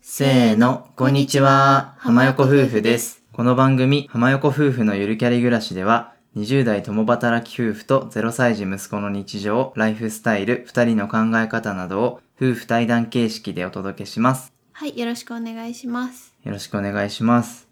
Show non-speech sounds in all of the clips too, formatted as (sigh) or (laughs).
せーの、こんにちは。浜横夫婦です。この番組、浜横夫婦のゆるキャリ暮らしでは、20代共働き夫婦と0歳児息子の日常、ライフスタイル、2人の考え方などを夫婦対談形式でお届けします。はい、よろしくお願いします。よろしくお願いします。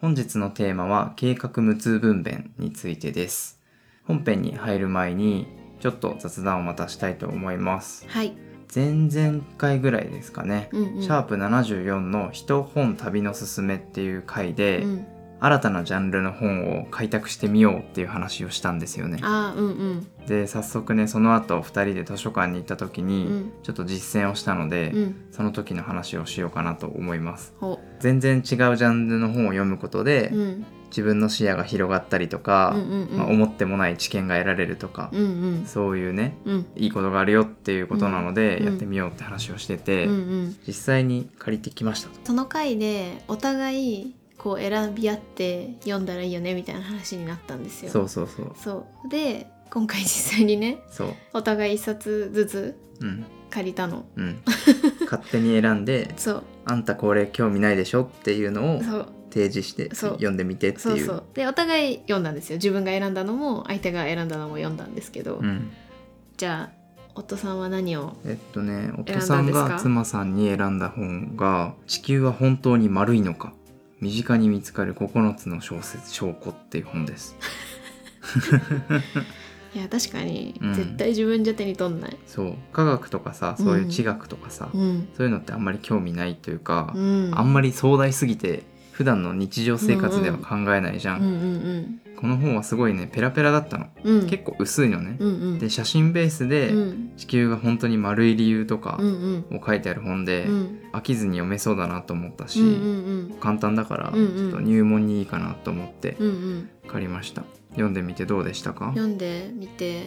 本日のテーマは、計画無痛分娩についてです。本編に入る前に、ちょっと雑談をまたしたいと思います。はい、前々回ぐらいですかね。うんうん。シャープ74の「人本旅のすすめ」っていう回で、うん、新たなジャンルの本を開拓してみようっていう話をしたんですよね。あー、うんうんで早速ねその後2人で図書館に行った時に、うんちょっと実践をしたので、うん。その時の話をしようかなと思います。ほ全然違うジャンルの本を読むことで、う。うん自分の視野が広がったりとか、うんうんうんまあ思ってもない知見が得られるとか、うんうんそういうねうんいいことがあるよっていうことなので、うんやってみようって話をしてて、うんうん。実際に借りてきましたと。その回でお互いこう選び合って読んだらいいよねみたいな話になったんですよ。そうそうそうそうで今回実際にねそうお互い一冊ずつうん借りたの。うん (laughs) 勝手に選んでそう「あんたこれ興味ないでしょ」っていうのをそう提示してそう読んでみてってそういうそう。でお互い読んだんですよ。自分が選んだのも相手が選んだのも読んだんですけど、うん、じゃあ夫さんは何をえっとね夫さん選んだんですがか妻さんに選んだ本が「地球は本当に丸いのか身近に見つかる9つの小説証拠」っていう本ですいや確かに、うん絶対自分じゃ手に取んないそう科学とかさそういう地学とかさ、うん、そういうのってあんまり興味ないというか、うん、あんまり壮大すぎて普段の日常生活では考えないじゃん、うんうんこの本はすごいねペラペラだったのうんうん結構薄いのね、うんうんで写真ベースでうん地球が本当に丸い理由とかうんうんを書いてある本で、うん飽きずに読めそうだなと思ったし、うんうん簡単だからうちんうんょっと入門にいいかなと思ってうんうん借りました、読んでみてどうでしたか読んでみて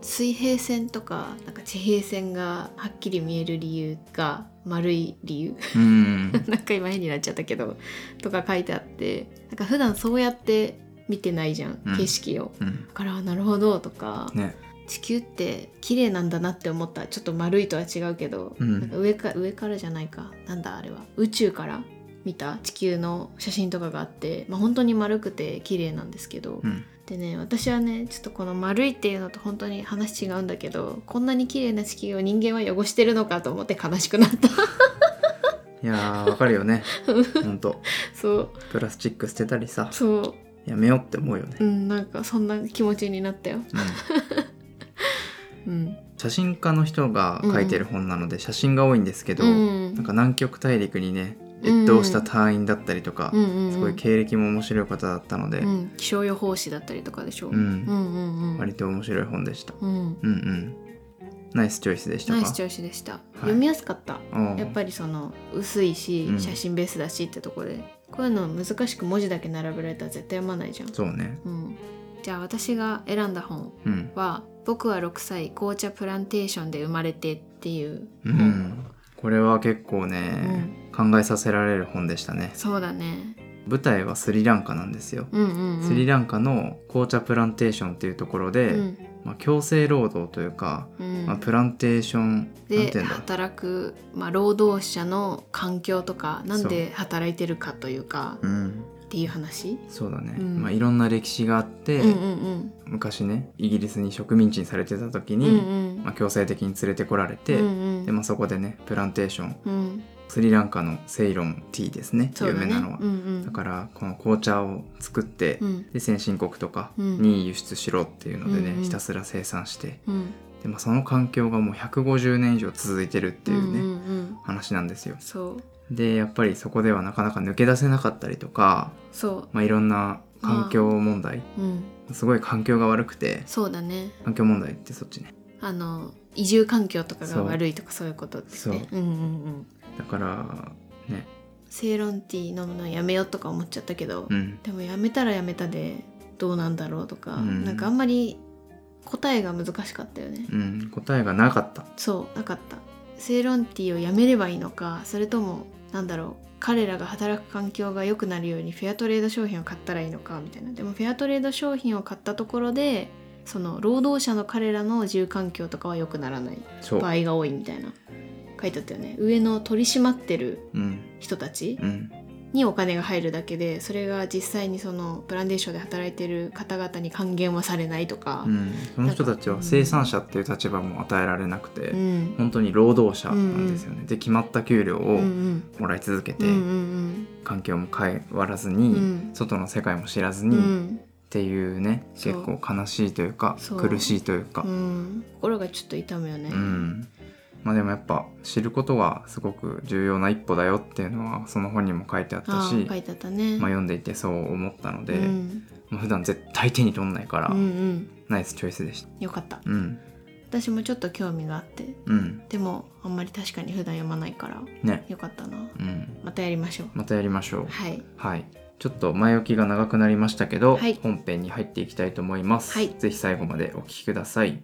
水平線とかなんか地平線がはっきり見える理由が丸い理由 (laughs) うんなんか今変になっちゃったけどとか書いてあってなんか普段そうやって見てないじゃん、うん景色を。うんだからなるほどとか、ね地球って綺麗なんだなって思ったちょっと丸いとは違うけど、うんなんか上か上からじゃないかなんだあれは宇宙から見た地球の写真とかがあって、まあ、本当に丸くて綺麗なんですけど、うんでね私はねちょっとこの丸いっていうのと本当に話違うんだけどこんなに綺麗な地球を人間は汚してるのかと思って悲しくなった (laughs) いやーわかるよねほんとそうプラスチック捨てたりさそやめようって思うよねう、うん、なんかそんな気持ちになったよ、うんうん、写真家の人が書いてる本なので写真が多いんですけど、うんなんか南極大陸にねうん越冬した隊員だったりとか、うんうんうんすごい経歴も面白い方だったので、うん、気象予報士だったりとかでしょ、うんうんうんうん割と面白い本でした。うんうんうん。ナイスチョイスでしたか。ナイス調子でした、読みやすかったうんやっぱりその薄いしうん写真ベースだしってとこで、こういうの難しく文字だけ並べられたら絶対読まないじゃん、そうね。うん、じゃあ私が選んだ本うん。は「僕は6歳紅茶プランテーションで生まれて」っていうう本、ん。これは結構ね、考えさせられる本でしたね。そうだね舞台はスリランカなんですよ。うんうん、うん、スリラランカの紅茶プランテーションっていうところで、まあ、強制労働というか、うんまあ、プランテーションなんてで言うんだ働く、まあ、労働者の環境とかなんで働いてるかというかうん、っていう話、そうだね、うんまあ、いろんな歴史があって、うんうん昔ねイギリスに植民地にされてた時うんうに、んまあ、強制的に連れてこられて、うんでまあ、そこでねプランテーションうんうんスリランカのセイロンティーですねそう有だ名ねなのは、うんうんだからこの紅茶を作って、うんで先進国とかに輸出しろっていうのでね、うんうんひたすら生産してうんで、まあ、その環境がもう150年以上続いてるっていうね、うんうんうん話なんですよそうでやっぱりそこではなかなか抜け出せなかったりとか、そまあ、いろんな環境問題、う、うん、すごい環境が悪くてそうだね環境問題ってそっちねあの移住環境とかそがう悪いとかそういうことですねうんうんうんだからね正論ティー飲むのやめようとか思っちゃったけど、うんでもやめたらやめたでどうなんだろうとか、うんなんかあんまり答えが難しかったよね、うん答えがなかったそうなかった正論ティーをやめればいいのかそれともなんだろう彼らが働く環境が良くなるようにフェアトレード商品を買ったらいいのかみたいなでもフェアトレード商品を買ったところでその労働者の彼らの自由環境とかは良くならないそう場合が多いみたいな書いてあったよね上の取り締まってるうん人たちうんにお金が入るだけでそれが実際にそのブランデー賞で働いてる方々に還元はされないとかう、ん、その人たちなはんか生産者っていう立場も与えられなくて、うんうん本当に労働者なんですよね、で決まった給料うんをうんもらい続けて、うんうん環境も変わらずうに、ん外の世界も知らずうに、っんていうねそう結構悲しいというかそう苦しいというかうん心がちょっと痛むよね、うんまあでもやっぱ知ることがすごく重要な一歩だよっていうのはその本にも書いてあったあしあ書いてあったね、まあ、読んでいてそう思ったので、うんまあ普段絶対手に取んないから、うんうんナイスチョイスでした。よかったうん私もちょっと興味があってうんでもあんまり確かに普段読まないからねよかったなうんまたやりましょうまたやりましょう。はいはい、ちょっと前置きが長くなりましたけど、はい本編に入っていきたいと思います、はいぜひ最後までお聞きください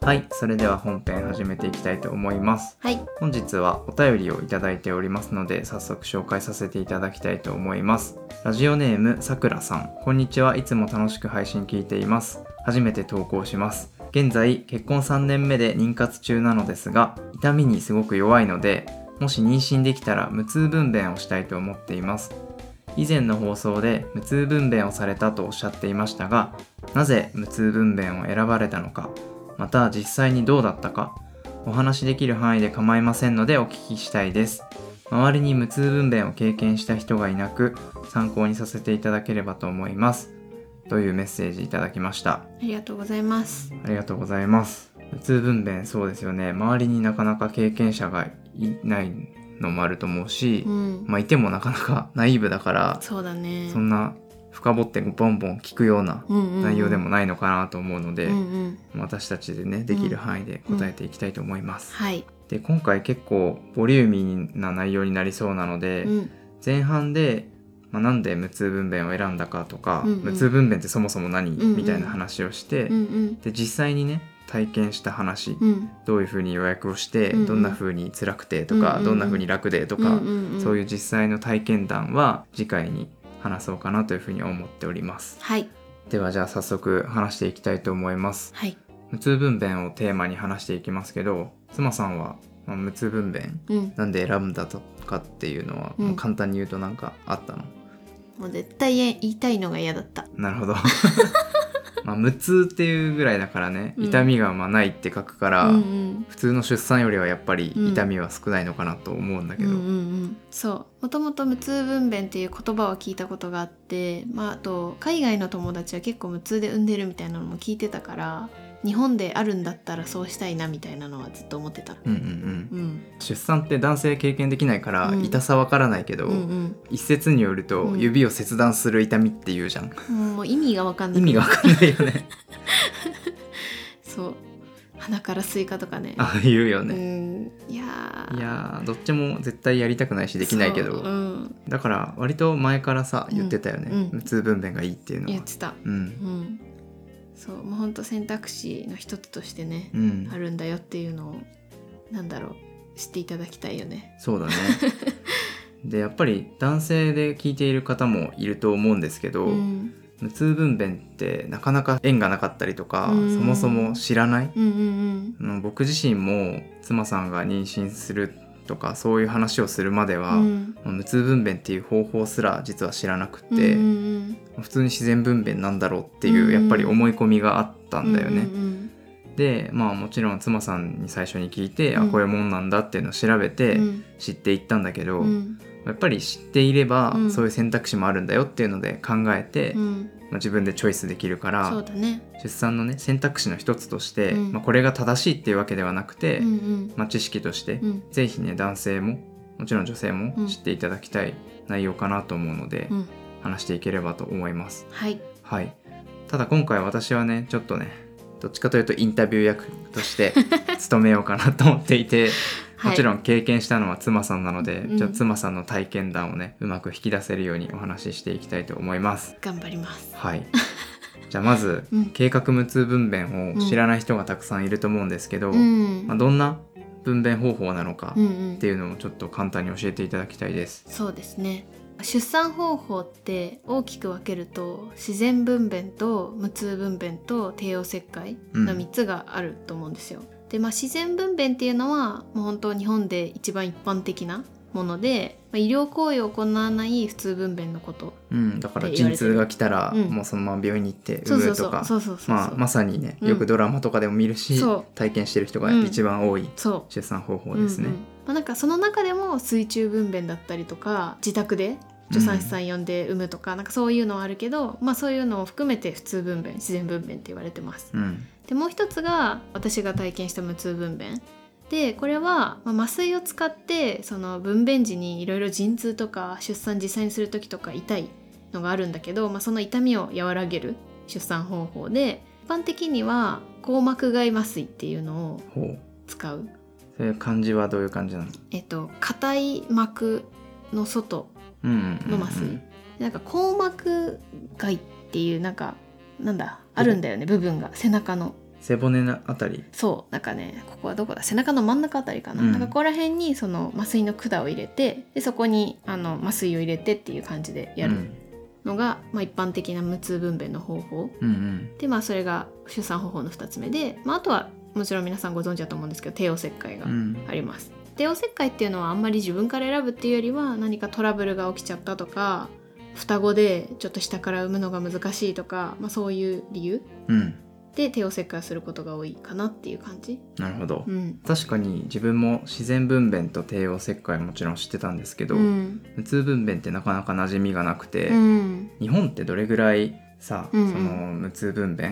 はい、それでは本編始めていきたいと思いますはい本日はお便りをいただいておりますので早速紹介させていただきたいと思いますラジオネームさくらさんこんにちはいつも楽しく配信聞いています初めて投稿します現在結婚3年目で妊活中なのですが痛みにすごく弱いのでもし妊娠できたら無痛分娩をしたいと思っています以前の放送で無痛分娩をされたとおっしゃっていましたがなぜ無痛分娩を選ばれたのかまた実際にどうだったかお話しできる範囲で構いませんのでお聞きしたいです周りに無痛分娩を経験した人がいなく参考にさせていただければと思いますというメッセージいただきましたありがとうございますありがとうございます無痛分娩そうですよね周りになかなか経験者がいないのもあると思うし、うんまあいてもなかなかナイーブだからそうだねそんな深掘ってボンボン聞くようなうんうんうん内容でもないのかなと思うので、うんうん私たちでねできる範囲で答えていきたいと思います、はいで今回結構ボリューミーな内容になりそうなので、うん前半で、まあ、なんで無痛分娩を選んだかとか、うんうん無痛分娩ってそもそも何、んうんみたいな話をして、うんで実際にね体験した話、うんうんどういうふうに予約をして、うんうんどんなふうに辛くてとか、うんうんうんどんなふうに楽でととか、そういうんいう実際の体験談は次回に話そうかなというふうに思っておりますはいではじゃあ早速話していきたいと思いますはい無痛分娩をテーマに話していきますけど妻さんは、まあ無痛分娩うんなんで選んだとかっていうのは、うんもう簡単に言うとなんかあったのもう絶対言え言いたいのが嫌だったな (laughs) るほどまあ無痛っていうぐらいだからね、うん痛みがまあないって書くから、うんうん普通の出産よりはやっぱりうん痛みは少ないのかなと思うんだけうんど、うんうん、そうもともと無痛分娩っていう言葉は聞いたことがあって、まあ、あと海外の友達は結構無痛で産んでるみたいなのも聞いてたから日本であるんだったらそうしたいなみたいなのはずっと思ってた、うんうんうんうん、出産って男性経験できないから、うん痛さわからないけど、うんうん一説によるとうん指を切断する痛みっていうじゃん、もう意味が分かんな意い味がわかんないよねそう鼻からスイカとかねああいうようね、んいやーいやーどっちも絶対やりたくないしできないけそううどん、だから割と前からさ言ってたよね、うんうん無痛分娩がいいっていうの言はっ。てたうんうんそうもうほんと選択肢の一つとしてねう、んあるんだよっていうのをなんだろう知っていただきたいよねそう (laughs) だねでやっぱり男性で聞いている方もいると思うんですけど、うん無痛分娩ってなかなか縁がなかったりとか、うんそもそも知らないうんうんあの僕自身も妻さんが妊娠するとかそういう話をするまでうは、ん無痛分娩っていう方法すら実は知らなくうんて、うんうん普通に自然分娩なんだろうっていう、うんやっぱり思い込みがあったんだよね。うんうんでまあもちろん妻さんに最初に聞いて、うあんこういうもんなんだっていうのを調べてうん知っていったんだけど、うんやっぱり知っていれば、うんそういう選択肢もあるんだよっていうので考えて、うまんあ自分でチョイスできるかそらうだね出産のね選択肢の一つとして、うんまあ、これが正しいっていうわけではなくて、うんうんまあ、知識として、うんぜひね男性ももちろん女性うもん知っていただきたい内容かなと思うので、うん話していければと思います。はいはい、ただ今回私はねちょっとねどっちかというとインタビュー役として (laughs) 務めようかなと思っていて。はいもちろん経験したのは妻さんなので、うんじゃあ妻さんの体験談をねうまく引き出せるようにお話ししていきたいと思います。頑張りますはい (laughs) じゃあまず、うん計画無痛分娩を知らない人がたくさんいると思うんですけど、うんまあ、どんな分娩方法なのかうんうんっていうのをちょっと簡単に教えていただきたいです。そうですね出産方法って大きく分けると自然分娩と無痛分娩と帝王切開の3つがあると思うんですよ。でまあ、自然分娩っていうのはもう本当日本で一番一般的なもので、まあ、医療行為を行わない普通分娩のこと。うん、だからって言わ陣痛れてるが来たら、うんもうそのまま病院に行ってそう産そうむそとうかそうそうそうそう、まあ、まさにねうんよくドラマとかでも見るし、そ体験してる人がうん一番多いそう出産方法ですねうんうん。まあ、なんかその中でも水中分娩だったりとか自宅で助産師さん呼んで産むとか,、なんかそういうのはあるけど、まあ、そういうのを含めて普通分娩自然分娩って言われてます。うんでもう一つが私が体験した無痛分娩でこれは、まあ、麻酔を使ってその分娩時にいろいろ陣痛とか出産実際にする時とか痛いのがあるんだけど、まあ、その痛みを和らげる出産方法で一般的には硬膜外麻酔っていうのをほう使うそういう感じはどういう感じなの、えっと硬い膜の外うんうんうんうのん、麻酔、なんか硬膜外っていうなんかなんだあるんだよね部分が背中の背骨のあたりそうなんかねここはどこだ背中の真ん中あたりかな、うんなんかここら辺にその麻酔の管を入れてでそこにあの麻酔を入れてっていう感じでやうるんのが、まあ、一般的な無痛分娩の方法うんうんでまあそれが出産方法の2つ目で、まあ、あとはもちろん皆さんご存知だと思うんですけど帝王切開がうんあります。帝王切開っていうのはあんまり自分から選ぶっていうよりは何かトラブルが起きちゃったとか双子でちょっと下から産むのが難しいとか、まあ、そういう理由うんで帝王切開をすることが多いかなっていう感じ。なるほど、うん確かに自分も自然分娩と帝王切開はもちろん知ってたんですけど、うん無痛分娩ってなかなか馴染みがなくて、うん日本ってどれぐらいさ、うんうんその無痛分うんう娩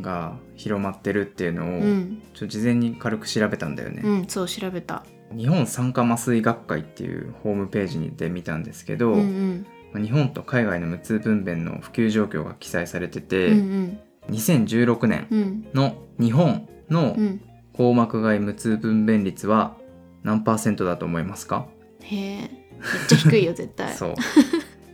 んが広まってるっていうのを、うんちょっと事前に軽く調べたんだよね、うんそう調べた。日本産科麻酔学会っていうホームページで見たんですけど、うんうんまあ日本と海外の無痛分娩の普及状況が記載されてて、うん2016年うんうんの日本のうん硬膜外無痛分娩率は何パーセントだと思いますか、へえめっちゃ低いよ絶対。そう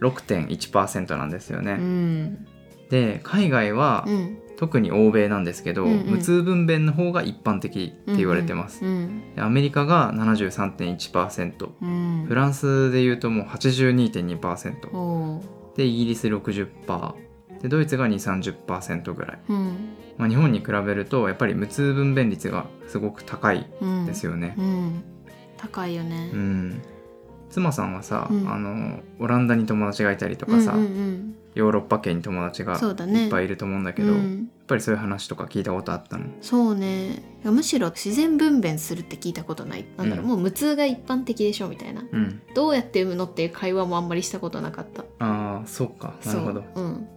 6.1%なんですよね、うんで海外は、うん特に欧米なんですけど、うんうん無痛分娩の方が一般的って言われてます、うんでアメリカが73.1%うん。フランスでいうともう82.2%おーでイギリス60%でドイツが2 3 0ぐらい、うんまあ、日本に比べるとやっぱり無痛分娩率がすごく高いうんですよねうん高いよね。うん、妻さんはさ、うんあのオランダに友達がいたりとかさ、うんうんうんヨーロッパ圏に友達がそうだねいっぱいいると思うんだけどうんやっぱりそういう話とか聞いたことあったのそうねいやむしろ自然分娩するって聞いたことないなんだろう、うんもう無痛が一般的でしょみたいなうんどうやって産むのっていう会話もあんまりしたことなかったああそうかなるほどそう、うん、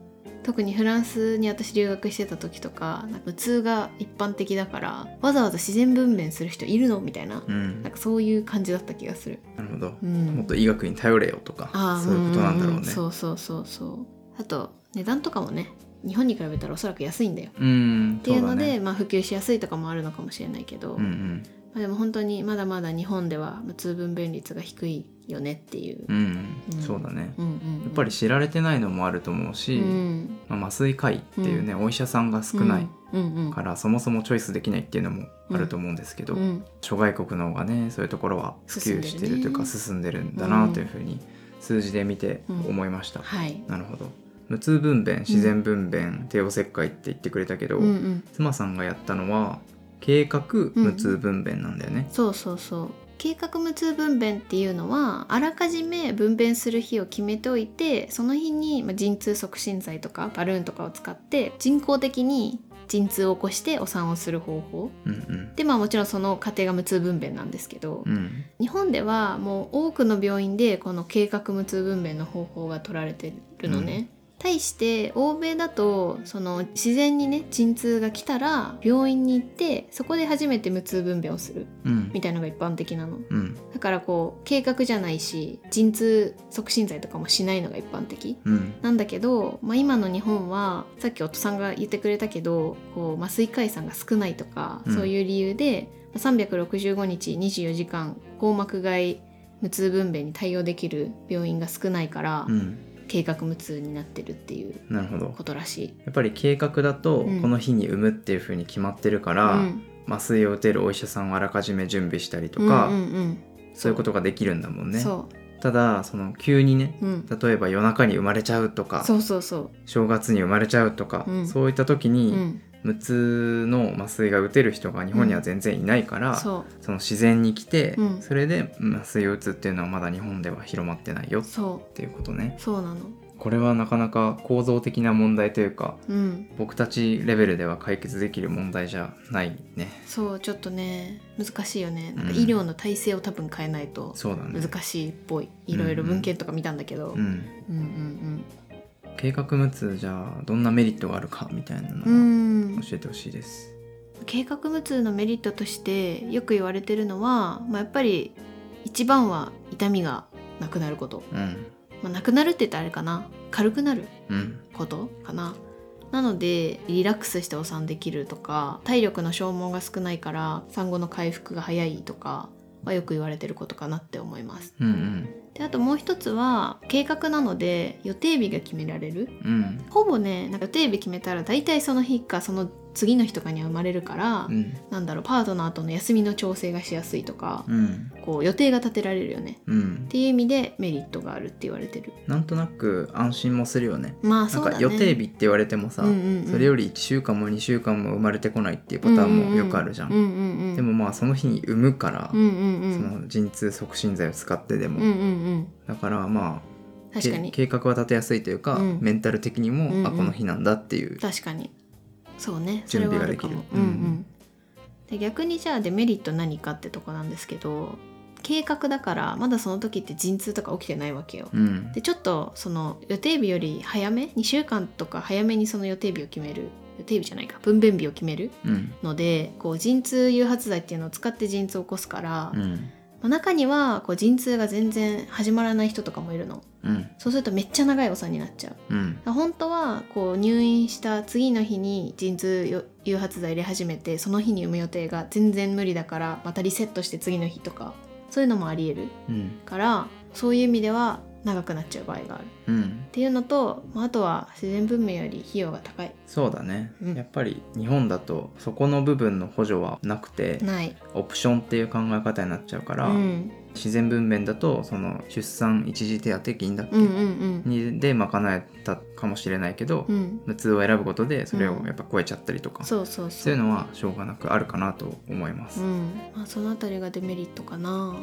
特にフランスに私留学してた時とかなんか無痛が一般的だからわざわざ自然分娩する人いるのみたいなうんななんかそういう感じだった気がする、るほどう、もっん、と医学に頼れよとかあーそういうことなんだろんうんねそうそうそうそうあと値段とかもね日本に比べたらおそらく安いんだようんってそいううだのでねまあ、普及しやすいとかもあるのかもしれないけど、うんうまんあ、でも本当にまだまだ日本では無痛分娩率が低いよねっていう、うんうんうんそうだねうんうんうんやっぱり知られてないのもあると思うし、うん、まあ、麻酔科医っていうね、お医者さんが少ないうんうんから、そもそもチョイスできないっていうのもあると思うんですけど、うん諸外国の方がねそういうところは普及してるというか進んでるんだうなんというふうに数字で見て思いました、はい、なるほど無痛分娩自然分娩、帝王切開って言ってくれたけど、うんうん、妻さんがやったのは計画無痛分娩なんだよね。そうそうそう計画無痛分娩っていうのはあらかじめ分娩する日を決めておいてその日にまあ陣痛促進剤とかバルーンとかを使って人工的に陣痛を起こしてお産をする方法うんうんでまあもちろんその過程が無痛分娩なんですけど、うん日本ではもう多くの病院でこの計画無痛分娩の方法が取られてるのね、対して欧米だとその自然にね鎮痛が来たら病院に行ってそこで初めて無痛分娩をするうんみたいのが一般的なのうんだからこう計画じゃないし鎮痛促進剤とかもしないのが一般的うんなんだけど、まあ、今の日本はさっき夫さんが言ってくれたけどこう麻酔科医さんが少ないとか、うんそういう理由でまあ365日24時間硬膜外無痛分娩に対応できる病院が少ないから、うん計画無痛になってるっていうなるほどことらしい。やっぱり計画だとうんこの日に産むっていうふうに決まってるから、うん麻酔を打てるお医者さんをあらかじめ準備したりとか、うんうんうんそういうことができるんだもんね。そうただその急にねうん、例えば夜中に生まれちゃうとかそうそうそ正月に生まれちゃうとか、うんそういった時う、うにん、無痛の麻酔が打てる人が日本には全然いないから、そうその自然に来て、うんそれで麻酔を打つっていうのはまだ日本では広まってないよっそていうことねうそうなのこれはなかなか構造的な問題というかうん僕たちレベルでは解決できる問題じゃないねそうちょっとね難しいよねなんかうん医療の体制を多分変えないとそうだね難しいっぽいいろいろ文献とか見たんだけど、うんうんうん計画無痛じゃあどんなメリットがあるかみたいなうのをん、うん教えてほしいです計画無痛のメリットとしてよく言われてるのは、まあ、やっぱり一番は痛みがなくなること、うんまあ、なくなるって言ったらあれかな軽くなるうんことかななのでリラックスしてお産できるとか体力の消耗が少ないから産後の回復が早いとかはよく言われてることかなって思いますうんうんであともう一つは計画なので予定日が決められるうんほぼねなんか予定日決めたら大体その日かその次の日とかには生まれるから、うんなんだろうパートナーとの休みの調整がしやすいとか、うんこう予定が立てられるよねうんっていう意味でメリットがあるって言われてるなんとなく安心もするよねまあなそんうだかね予定日って言われてもさ、うんうんうんそれより1週間も2週間も生まれてこないっていうパターンもよくあるじゃん,、うんうんうん、でもまあその日に産むから、うんうんうんその陣痛促進剤を使ってでも、うんうんうんだからまあ確かにけ計画は立てやすいというか、うんメンタル的にも、うんうんあこの日なんだっていう確かにそうねそ準れ備はあがるでかきるも、うんうん、で逆にじゃあデメリット何かってとこなんですけど計画だからまだその時って陣痛とか起きてないわけようんでちょっとその予定日より早め2週間とか早めにその予定日を決める予定日じゃないか分娩日を決めるうんのでこう陣痛誘発剤っていうのを使って陣痛を起こすから、うまんあ中にはこう陣痛が全然始まらない人とかもいるのうんそうするとめっちゃ長いお産になっちゃううん本当はこう入院した次の日に陣痛誘発剤入れ始めてその日に産む予定が全然無理だからまたリセットして次の日とかそういうのもありえるうんからそういう意味では長くなっちゃう場合があるっうんていうのと、まあ、あとは自然文明より費用が高いそうだね、うんやっぱり日本だとそこの部分の補助はなくてないオプションっていう考え方になっちゃうから、うん、自然分娩だとその出産一時手当金だっけ、うんうんにで賄えたかもしれないけど、うんうん無痛を選ぶことでそれをうんやっぱ超えちゃったりとか、そうそうそそういううのはしょうがなくあるかなと思います、うんまあ、そのあたりがデメリットかな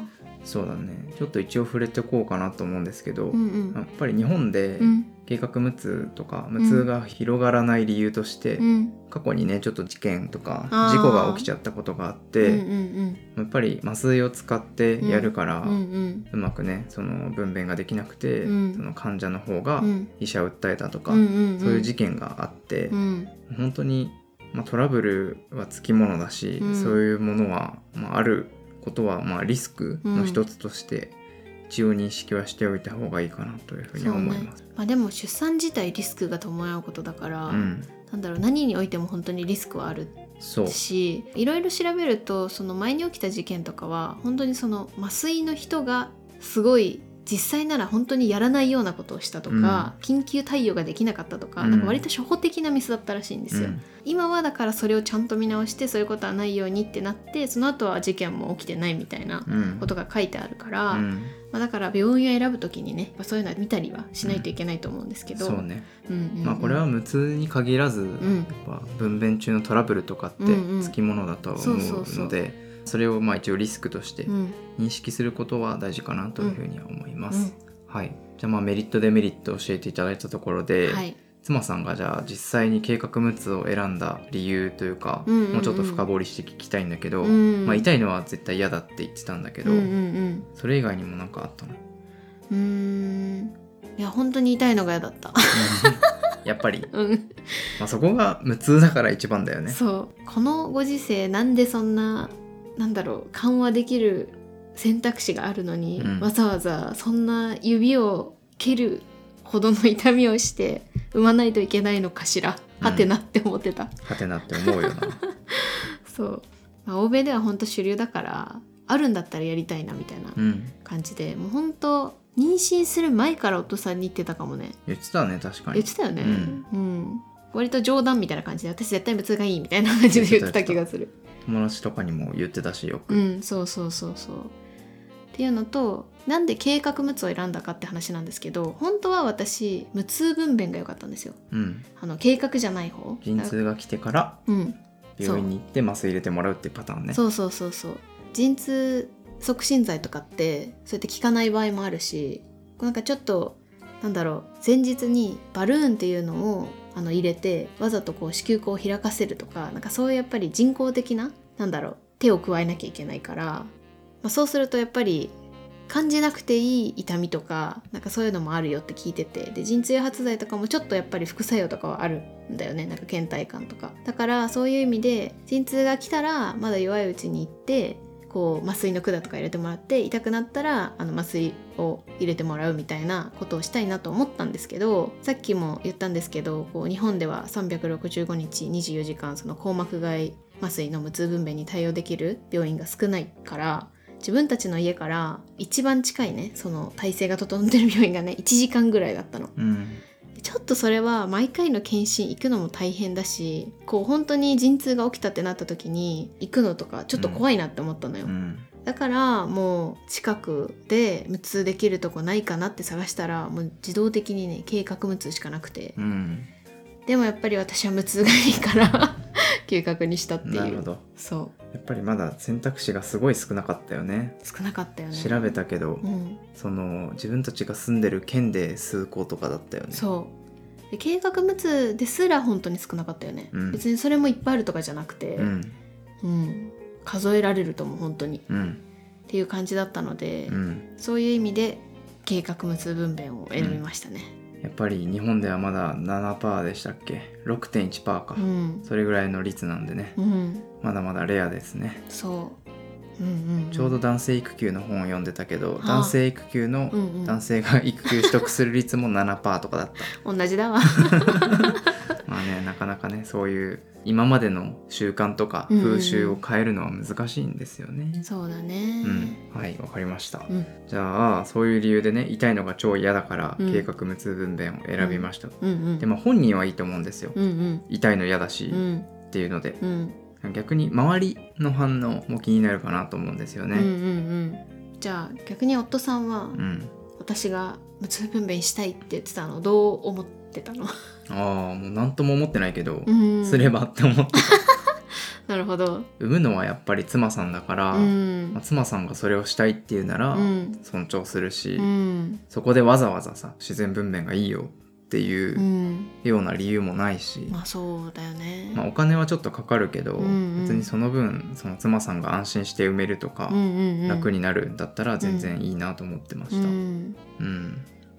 そうだねちょっと一応触れてこうかなと思うんですけど、うんうやっんぱり日本でうん計画無痛とか無痛が広がらない理由として、うん過去にねちょっと事件とかあー事故が起きちゃったことがあって、うんうんやっぱり麻酔を使ってやるから、ううんうんまくねその分娩ができなくて、うんその患者の方がうん医者を訴えたとか、うんうんうんそういう事件があって、うん本当に、まあ、トラブルはつきものだし、うんそういうものは、まあ、あることは、まあ、リスクの一つとして、一応認識はしておいた方がいいかなというふうにそう思いねます。まあ、でも出産自体リスクが伴うことだから、うん、なんだろう何においても本当にリスクはあるそう、しいろいろ調べるとその前に起きた事件とかは本当にその麻酔の人がすごい実際なら本当にやらないようなことをしたとか、緊急対応ができなかったとか,、うんなんか割と初歩的なミスだったらしいんですよ、今はだからそれをちゃんと見直してそういうことはないようにってなってその後は事件も起きてないみたいなうん、うんことが書いてあるから、うんまあ、だから病院を選ぶ時にねやっぱそういうのは見たりはしないといけないと思うんですけど、そうね、うんうんうんまあ、これは無痛に限らず、んやっぱ分娩中のトラブルとかってうんうんつきものだとは思うので、そうそうそうそれをまあ一応リスクとしてうん認識することは大事かなというふうには思います。うんはい、じゃあまあメリットデメリットを教えていただいたところで、はい妻さんがじゃあ実際に計画無痛を選んだ理由というか、うんうんうんもうちょっと深掘りして聞きたいんだけど、うんまあ、痛いのは絶対嫌だって言ってたんだけど、うんうんそれ以外にも何かあった (laughs) の (laughs) うんうーんいや本当に痛いのが嫌だった、やっぱり、 (laughs) うんまあ、そこが無痛だから一番だよね。そうこのご時世なんでそんななんだろう緩和できる選択肢があるのに、うんわざわざそんな指を蹴るほどの痛みをして産まないといけないのかしら、うんはてなって思ってたはてなって思う (laughs) よな。そう、まあ、欧米では本当主流だからあるんだったらやりたいなみたいなうん感じでもう本当妊娠する前からお父さんに言ってたかもね言ってたね確かに言ってたよねうんうん、割と冗談みたいな感じで私絶対無痛がいいみたいな感じで言ってた気がする友達とかにも言ってたしよく、うんそうそうそうそうっっていうのとなんで計画無痛を選んだかって話なんですけど本当は私無痛分娩が良かったんですようんあの計画じゃない方陣痛が来てからうん病院に行って麻酔入れてもらうっていうパターンねそうそうそうそう陣痛促進剤とかってそうやって効かない場合もあるしこうなんかちょっとなんだろう前日にバルーンっていうのをあの入れてわざとこう子宮口を開かせるとかなんかそういうやっぱり人工的ななんだろう手を加えなきゃいけないから、まあ、そうするとやっぱり感じなくていい痛みとかなんかそういうのもあるよって聞いててで陣痛誘発剤とかもちょっとやっぱり副作用とかはあるんだよねなんか倦怠感とかだからそういう意味で陣痛が来たらまだ弱いうちに行ってこう麻酔の管とか入れてもらって痛くなったらあの麻酔を入れてもらうみたいなことをしたいなと思ったんですけどさっきも言ったんですけどこう日本では365日24時間その硬膜外麻酔の無痛分娩に対応できる病院が少ないから自分たちの家から一番近いねその体制が整ってる病院がね1時間ぐらいだったの。うんちょっとそれは毎回の検診行くのも大変だしこう本当に陣痛が起きたってなった時に行くのとかちょっと怖いなって思ったのよ、うんだからもう近くで無痛できるとこないかなって探したらもう自動的にね計画無痛しかなくてうんでもやっぱり私は無痛がいいから (laughs) 計画にしたってなるいほうどそやっぱりまだ選択肢がすごい少なかったよねう少なかったよね調べたけど、うんその自分たちが住んでる県で数校とかだったよねそうで計画無痛ですら本当に少なかったよね、うん別にそれもいっぱいあるとかじゃなくて、んうん、数えられるとも本当にうんっていう感じだったので、うんそういう意味で計画無痛分娩を選びましたね。やっぱり日本ではまだ7%でしたっけ6.1%か、うん、それぐらいの率なんでねうん、まだまだレアですねそう、うんうん、ちょうど、男性育休の本を読んでたけどあ男性育休のうんうん、男性が育休取得する率も7%とかだっ同じだわ。 (laughs) たまあねなかなかねそういう今までの習慣とかうんうんうん風習を変えるのは難しいんですよねそうだうね。ん、はいわかりましたうん、じゃあそういう理由でね痛いのが超嫌だからうん計画無痛分娩を選びました、うん、うん、でも本人はいいと思うんですよ、うん、うん、痛いの嫌だし、うん、っていうのでうん、逆に周りの反応も気になるかなと思うんですようん、うん、うねん。じゃあ逆に夫さんは、うん、私が無痛分娩したいって言ってたのどう思ってたの？ (laughs) ああもう何とも思ってないけど、うん、すればって思ってなるほど。産むのはやっぱり妻さんだから、うんまあ、妻さんがそれをしたいっていうならうん、尊重するし、うん、、そこでわざわざさ自然分娩がいいよっていううんような理由もないし、まあそうだよね。まあ、お金はちょっとかかるけど、うんうん別にその分その妻さんが安心して埋めるとか、うんうんうん、楽になるんだったら全然いいなと思ってました。ううんん、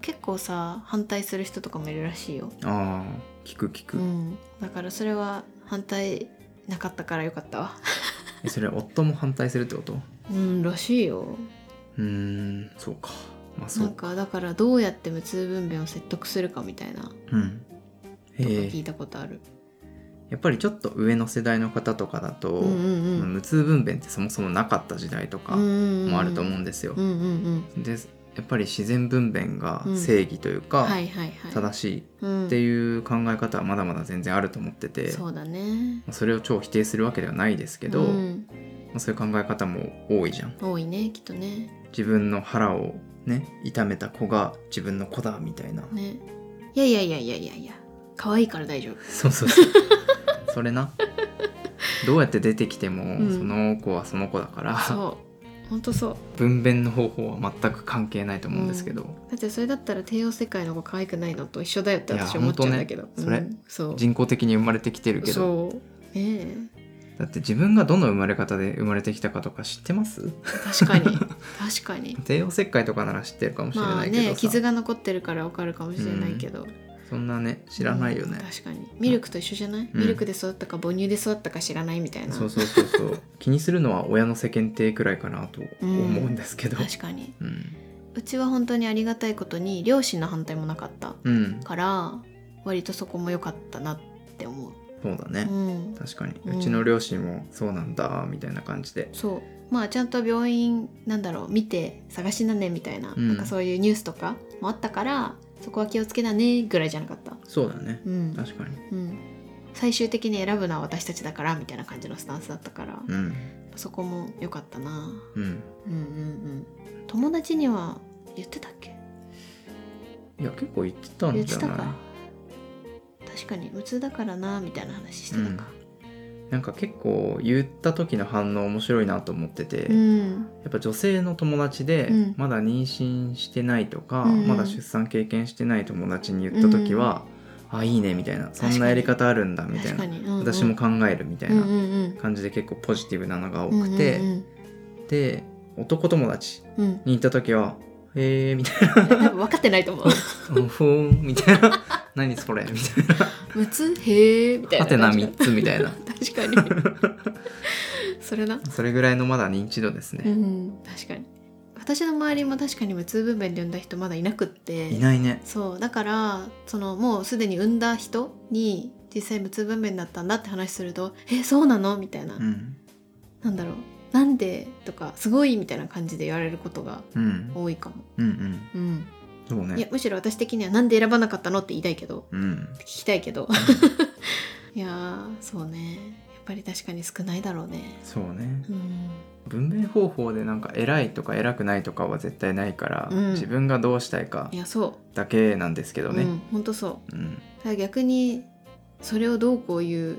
結構さ反対する人とかもいるらしいよ、ああ聞く聞うく、ん、だからそれは反対なかったからよかったわえそれ夫も反対するってことうんらしいようーんそうかまあそなんうかかだからどうやって無痛分娩を説得するかみたいなとかうんええ聞いたことある、やっぱりちょっと上の世代の方とかだと、うんうんうまあん無痛分娩ってそもそもなかった時代とかうんうんうんもあると思うんですよう。んうんうんでやっぱり自然分娩が正義というか、はいはいはい正しいうんっていう考え方はまだまだ全然あると思ってて、そうだねそれを超否定するわけではないですけど、うんまあそういう考え方も多いじゃん多いねきっとね自分の腹をね痛めた子が自分の子だみたいな、ねいやいやいやいやいやいや可愛いから大丈夫そうそうそうそれなどうやって出てきても、うんその子はその子だからそう本当そう分娩の方法は全く関係ないと思うんですけど、だってそれだったら帝王世界の子可愛くないのと一緒だよっていや私思っちゃうんだけど、本当ねうんそう人工的に生まれてきてるけどそうねえだって自分がどの生まれ方で生まれてきたかとか知って (laughs) ます確 (laughs) かに確かに帝王切開とかなら知ってるかもしれまなあいけどさ、ね傷が残ってるからわかるかもしれないけど、そんなね知らないよねうん、確かにミルクと一緒じゃない、うんミルクで育ったか母乳で育ったか知らないみたいなそうそうそうそう気にするのは親の世間体くらいかなと思うんですけど確かにうんうちは本当にありがたいことに両親の反対もなかったうんから割とそこも良かったなって思う、そうだねうん、確かにうんうちの両親もそうなんだみたいな感じでそうまあちゃんと病院なんだろう見て探しなねみたいな,、うんなんかそういうニュースとかもあったからそこは気をつけなねぐらいじゃなかった、そうだねうん確かにうん、最終的に選ぶのは私たちだからみたいな感じのスタンスだったから、うんそこも良かったなうんうんうんうん友達には言ってたっけいや結構言ってた言んってじゃたないか確かにうつだからなみたいな話してたかなんか結構言った時の反応面白いなと思ってて、うやんっぱ女性の友達で、うんまだ妊娠してないとか、うんうんまだ出産経験してない友達に言った時は、あいいねみたいなそんなやり方あるんだみたい確なか、に、うんうん私も考えるみたいうんなうんうん感じで結構ポジティブなのが多くて、うんうんで男友達うんうんに行った時は「えー」みたい多分分かってないと思う (laughs) な「ふーん」みたいな「何それ」みたいな「むつへえ」みた「いなはてな感じ3つ」みたいな (laughs) 確かにそれなそれぐらいのまだ認知度ですうね、ん確かに私の周りも確かに無痛分娩で産んだ人まだいなくっていないねそうだからそのもうすでに産んだ人に実際無痛分娩だったんだって話すると「えそうなの?」みたいな、うんなんだろう「なんで?」とか「すごい」みたいな感じで言われることがうん多いかも、うんうんうんそういやねむしろ私的には「なんで選ばなかったの?」って言いたいけどうん聞きたい (laughs) けどいやーそうねやっぱり確かに少ないだろうねそうねうん分娩方法でなんか偉いとか偉くないとかは絶対ないから、うん自分がどうしたいかいやそだけなんですけう、どうねんほんとそううん、ただ逆にそれをどうこう言う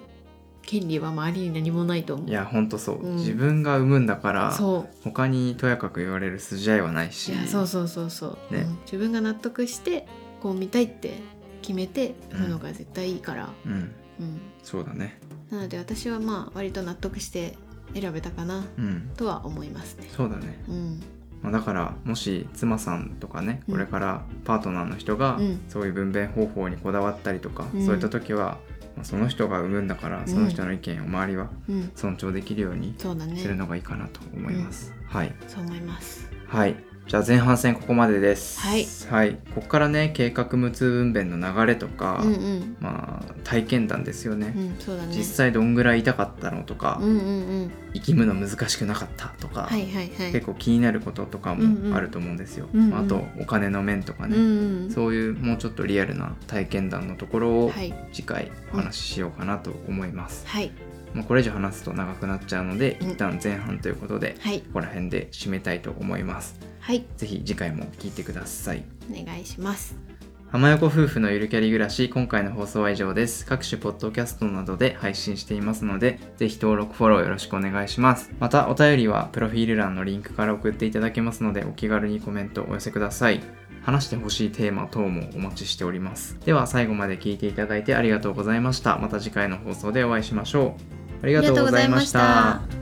権利は周りに何もないと思ういやほんとそう、うん自分が産むんだからそう他にとやかく言われる筋合いはないしいやそうそうそうそう、ねうん自分が納得してこう見たいって決めてうん産むのが絶対いいから、うんうんそうだねなので私はまあ割と納得して選べたかなうんとは思いますね。そうだね、うん、まあ、だからもし妻さんとかねうんこれからパートナーの人がうんそういう分娩方法にこだわったりとか、うんそういった時は、まあ、その人が産むんだからその人の意見を周りはうん、尊重できるようにそうだねするのがいいかなと思います。はい、そう思います。はい、じゃあ前半戦ここまでです。はいここからね計画無痛分娩の流れとか、うんうんまあ体験談ですよね。うん、そうだね。実際どんぐらい痛かったのとか、うんうんうん、生きむの難しくなかったとか、はいはいはい。結構気になることとかうんうんもあると思うんですよ。うんうんまあ、あとお金の面とかうんね、うん、そういうもうちょっとリアルな体験談のところをはい次回お話ししようかなと思います。はいまあ、これ以上話すと長くなっちゃうので、うん一旦前半ということで、はいここら辺で締めたいと思います。はいぜひ次回も聞いてください。お願いします。浜横夫婦のゆるキャリ暮らし、今回の放送は以上です。各種ポッドキャストなどで配信していますので、ぜひ登録、フォローよろしくお願いします。また、お便りはプロフィール欄のリンクから送っていただけますので、お気軽にコメントお寄せください。話してほしいテーマ等もお待ちしております。では、最後まで聞いていただいてありがとうございました。また次回の放送でお会いしましょう。ありがとうございました。ありがとうございました